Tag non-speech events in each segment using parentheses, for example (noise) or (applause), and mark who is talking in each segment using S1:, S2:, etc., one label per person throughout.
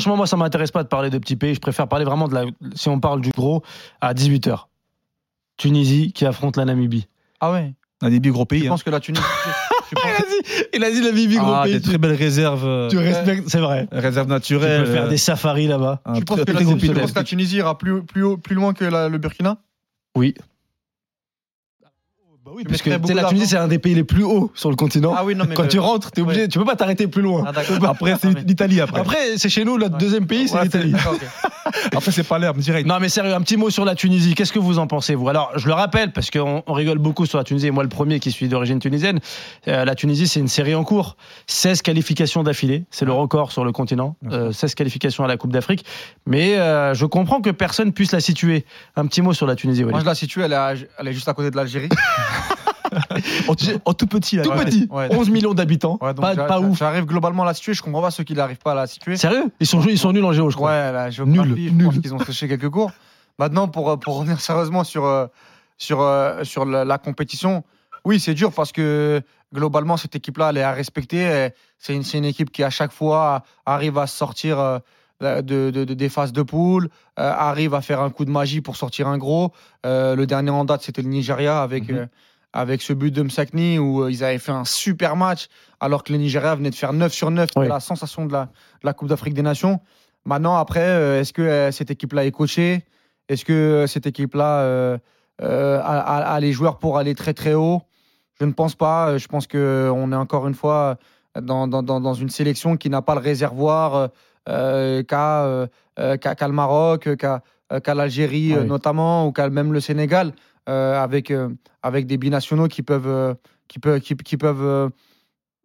S1: Franchement, moi, ça m'intéresse pas de parler de petits pays. Je préfère parler vraiment de la. Si on parle du gros, à 18h. Tunisie qui affronte la Namibie.
S2: Ah ouais
S3: On a des gros pays.
S2: Je
S3: hein.
S2: pense que la
S1: (laughs)
S2: Tunisie. je pense-
S1: Il a dit, il a dit la Namibie, gros
S3: Ah,
S1: pays.
S3: des
S1: Tu,
S3: très belles réserves, euh,
S1: tu respectes, c'est vrai.
S3: réserves
S1: Tu
S3: naturelles.
S1: peux faire
S3: euh,
S1: des safaris là-bas.
S3: un
S2: Tu
S3: très-
S2: penses que,
S3: très
S2: la,
S3: gros
S2: tu
S3: pays.
S2: penses que la Tunisie ira plus, plus, haut, plus loin que la- le Burkina
S1: Oui. Bah oui,
S2: Tu
S1: parce que
S2: mettrais
S1: tu sais,
S2: beaucoup
S1: la Tunisie,
S2: d'argent. Ah
S1: c'est un des pays les plus hauts sur le continent.
S2: oui, non, mais.
S1: Quand
S2: le-
S1: tu rentres, t'es obligé, tu peux pas t'arrêter plus loin.
S2: Ah, d'accord.
S3: Après, c'est
S2: Ah, mais-
S3: l'Italie. Après,
S1: Après, c'est chez nous, notre
S2: Ouais.
S1: deuxième pays, c'est
S2: Ouais,
S1: l'Italie.
S2: d'accord, ok.
S3: après c'est Palerme direct.
S1: Non, mais sérieux, un petit mot sur la Tunisie. Qu'est-ce que vous en pensez, vous Alors, je le rappelle, parce qu'on on rigole beaucoup sur la Tunisie, et moi le premier qui suis d'origine tunisienne. euh, la Tunisie, c'est une série en cours. 16 qualifications d'affilée, c'est le record sur le continent. Euh, 16 qualifications à la Coupe d'Afrique. Mais euh, je comprends que personne puisse la situer. Un petit mot sur la Tunisie,
S2: Moi,
S1: Walid.
S2: je la situe, elle est, à- elle est juste à côté de l'Algérie.
S3: En, tout- en tout petit. là.
S1: Tout
S3: Ouais.
S1: petit,
S2: ouais.
S1: 11 millions d'habitants,
S2: Ouais, donc
S1: pas,
S2: j'a-
S1: pas
S2: j'a-
S1: ouf.
S2: J'arrive globalement à la situer, je comprends pas ceux qui n'arrivent pas à la situer.
S1: Sérieux ils sont, ils sont nuls en géo, je crois.
S2: Ouais, la géographie,
S1: Nul,
S2: je
S1: nul.
S2: pense qu'ils ont séché quelques cours. Maintenant, pour, euh, pour revenir sérieusement sur, euh, sur, euh, sur la, la compétition, oui, c'est dur parce que globalement, cette équipe-là, elle est à respecter. Et C'est une, c'est une équipe qui, à chaque fois, arrive à sortir euh, de, de- de- des phases de poule, euh, arrive à faire un coup de magie pour sortir un gros. Euh, le dernier en date, c'était le Nigeria avec,
S1: Mhm.
S2: euh, avec ce but de Msakni où euh, ils avaient fait un super match alors que le Nigeria venait de faire 9 sur 9. C'était
S1: Ouais.
S2: la sensation de la, de la Coupe d'Afrique des Nations. Maintenant, après, euh, est-ce que euh, cette équipe-là est coachée Est-ce que euh, cette équipe-là euh, euh, a, a- a les joueurs pour aller très très haut Je ne pense pas. Euh, Je pense qu'on est encore une fois euh, dans, dans- dans- dans une sélection qui n'a pas le réservoir euh, euh, qu'a euh, euh, qu'a- qu'a le Maroc, euh, qu'a euh, qu'a l'Algérie euh,
S1: Ouais.
S2: notamment, ou qu'a même le Sénégal, euh, avec, euh, avec des binationaux qui peuvent, euh, qui peuvent, qui, qui peuvent euh,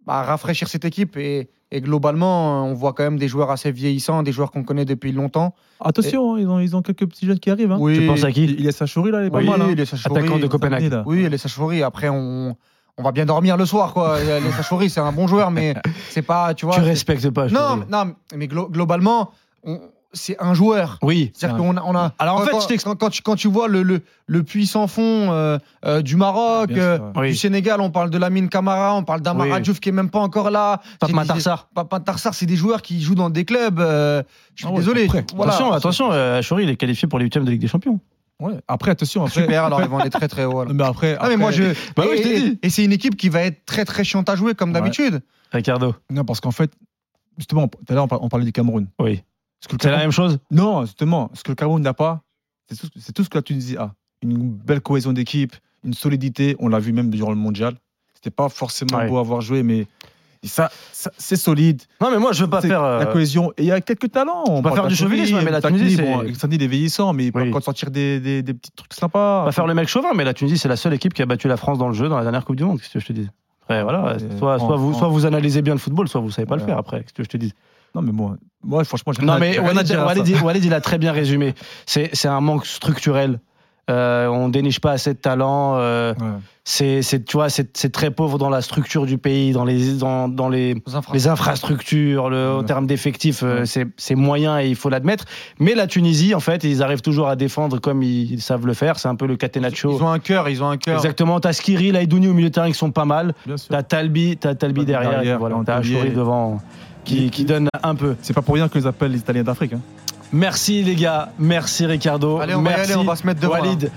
S2: bah, rafraîchir cette équipe. Et, et globalement, euh, on voit quand même des joueurs assez vieillissants, des joueurs qu'on connaît depuis longtemps.
S3: Attention, hein, ils, ont, ils ont quelques petits jeunes qui arrivent. Hein.
S2: Oui,
S1: Tu penses à qui
S3: Il y a Sachouri là, il est pas
S2: oui,
S3: mal. hein.
S2: les euh, Sachouri,
S1: Attaquant de
S2: les
S1: Copenhague.
S3: Là.
S2: Oui, les Sachouri. Après, on, on va bien dormir le
S1: (laughs)
S2: soir, quoi. les Sachouri, c'est un bon joueur, mais c'est pas, tu vois.
S1: Tu
S2: c'est-
S1: respectes pas. je te
S2: non,
S1: dis.
S2: mais- non, mais glo- globalement, on- c'est un joueur.
S1: Oui.
S2: C'est-à-dire qu'on a, on a-
S1: Alors, en
S2: quand-
S1: fait,
S2: quand,
S1: je t'explique.
S2: quand, quand tu, quand tu vois le, le, le puits sans fond euh, euh, du Maroc,
S3: Bien sûr,
S2: euh,
S3: ouais.
S1: Oui.
S2: du Sénégal, on parle de Lamine Camara, on parle d'Amara
S1: Oui.
S2: Diouf qui est même pas encore là.
S1: Pape
S2: C'est-
S1: Matarsar.
S2: c'est- Pape Matarsar, c'est des joueurs qui jouent dans des clubs. euh, je suis
S3: Ah ouais,
S2: désolé.
S3: après.
S2: Voilà.
S1: Attention, attention, euh, Achouri, il est qualifié pour les huitièmes de Ligue des Champions.
S3: Ouais. Après, attention. Après,
S2: Super, alors ils vont aller très très
S1: (laughs)
S2: haut. alors.
S3: Non, mais après,
S2: Non, mais moi, je.
S3: après-
S1: Bah oui,
S2: et-
S1: je t'ai
S2: et-
S1: dit.
S2: Et c'est une équipe qui va être très très chiante à jouer, comme
S3: Ouais.
S2: d'habitude.
S1: Ricardo,
S3: Non, parce qu'en fait, justement, tout à l'heure, on par- on parlait du Cameroun.
S1: oui.
S3: Ce que le
S1: C'est la
S3: Cameroun-
S1: même chose
S3: Non, justement, ce que le Cameroun n'a pas, c'est tout, ce que- c'est tout ce que la Tunisie a. Une belle cohésion d'équipe, une solidité. On l'a vu même durant le mondial. C'était pas forcément
S1: Ouais.
S3: beau à voir jouer, mais ça, ça- c'est solide.
S1: Non, mais moi, je veux pas
S3: C'est
S1: faire. euh,
S3: La cohésion. Et il y a quelques talents. On
S1: pas
S3: parle
S1: faire du
S3: d'Achouri,
S1: chauvinisme, mais la
S3: Mtakni,
S1: Tunisie,
S3: bon,
S1: c'est-
S3: Mtakni, il est vieillissant, mais il peut
S1: Oui.
S3: encore sortir des, des- des petits trucs sympas.
S1: On va faire le mec chauvin, mais la Tunisie, c'est la seule équipe qui a battu la France dans le jeu dans la dernière Coupe du Monde, qu'est-ce que je te dis Après, voilà,
S3: Euh,
S1: soit,
S3: France,
S1: soit, vous,
S3: France.
S1: soit vous analysez bien le football, soit vous savez pas le
S3: Voilà.
S1: faire après, qu'est-ce que je te dis
S3: Non, mais moi, moi franchement, j'ai
S1: Non,
S3: rien à-
S1: mais
S3: j'ai rien à
S1: Walid,
S3: dire à ça.
S1: Walid, Walid, il a très bien résumé. C'est c'est un manque structurel. Euh, on déniche pas assez de talent. euh,
S3: Ouais.
S1: c'est, c'est- tu vois, c'est c'est très pauvre dans la structure du pays, dans les, dans, dans les,
S2: Aux infra-
S1: les infrastructures, le, en
S3: Ouais.
S1: termes d'effectifs, euh,
S3: Ouais.
S1: c'est c'est moyen et il faut l'admettre. Mais la Tunisie, en fait, ils arrivent toujours à défendre comme ils, ils savent le faire. C'est un peu le catenaccio.
S2: Ils ont un cœur, ils ont un cœur.
S1: Exactement. T'as Skiri, Laidouni au milieu de terrain qui sont pas mal.
S3: Bien sûr.
S1: T'as Talbi, t'as Talbi
S3: Talbi
S1: derrière.
S3: derrière,
S1: et voilà,
S3: Anthony
S1: t'as Achouri
S3: et-
S1: devant qui, qui donne un peu.
S3: C'est pas pour rien qu'ils appellent les Italiens d'Afrique. hein.
S1: Merci les gars. Merci Ricardo.
S2: Allez, on va y
S1: merci
S2: aller, on va se mettre devant. hein. là.
S1: Walid.